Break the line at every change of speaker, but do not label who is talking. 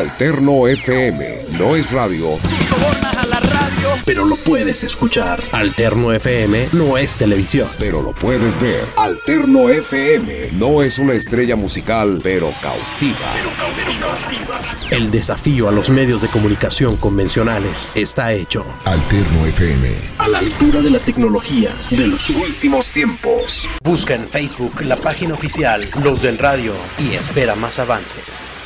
Alterno FM no es radio,
a la radio,
pero lo puedes escuchar. Alterno FM no es televisión.
pero lo puedes ver. Alterno FM no es una estrella musical, pero cautiva.
El desafío a los medios de comunicación convencionales está hecho.
Alterno FM.
A la altura de la tecnología de los
Últimos tiempos.
Busca en Facebook la página oficial Los del Radio y espera más avances.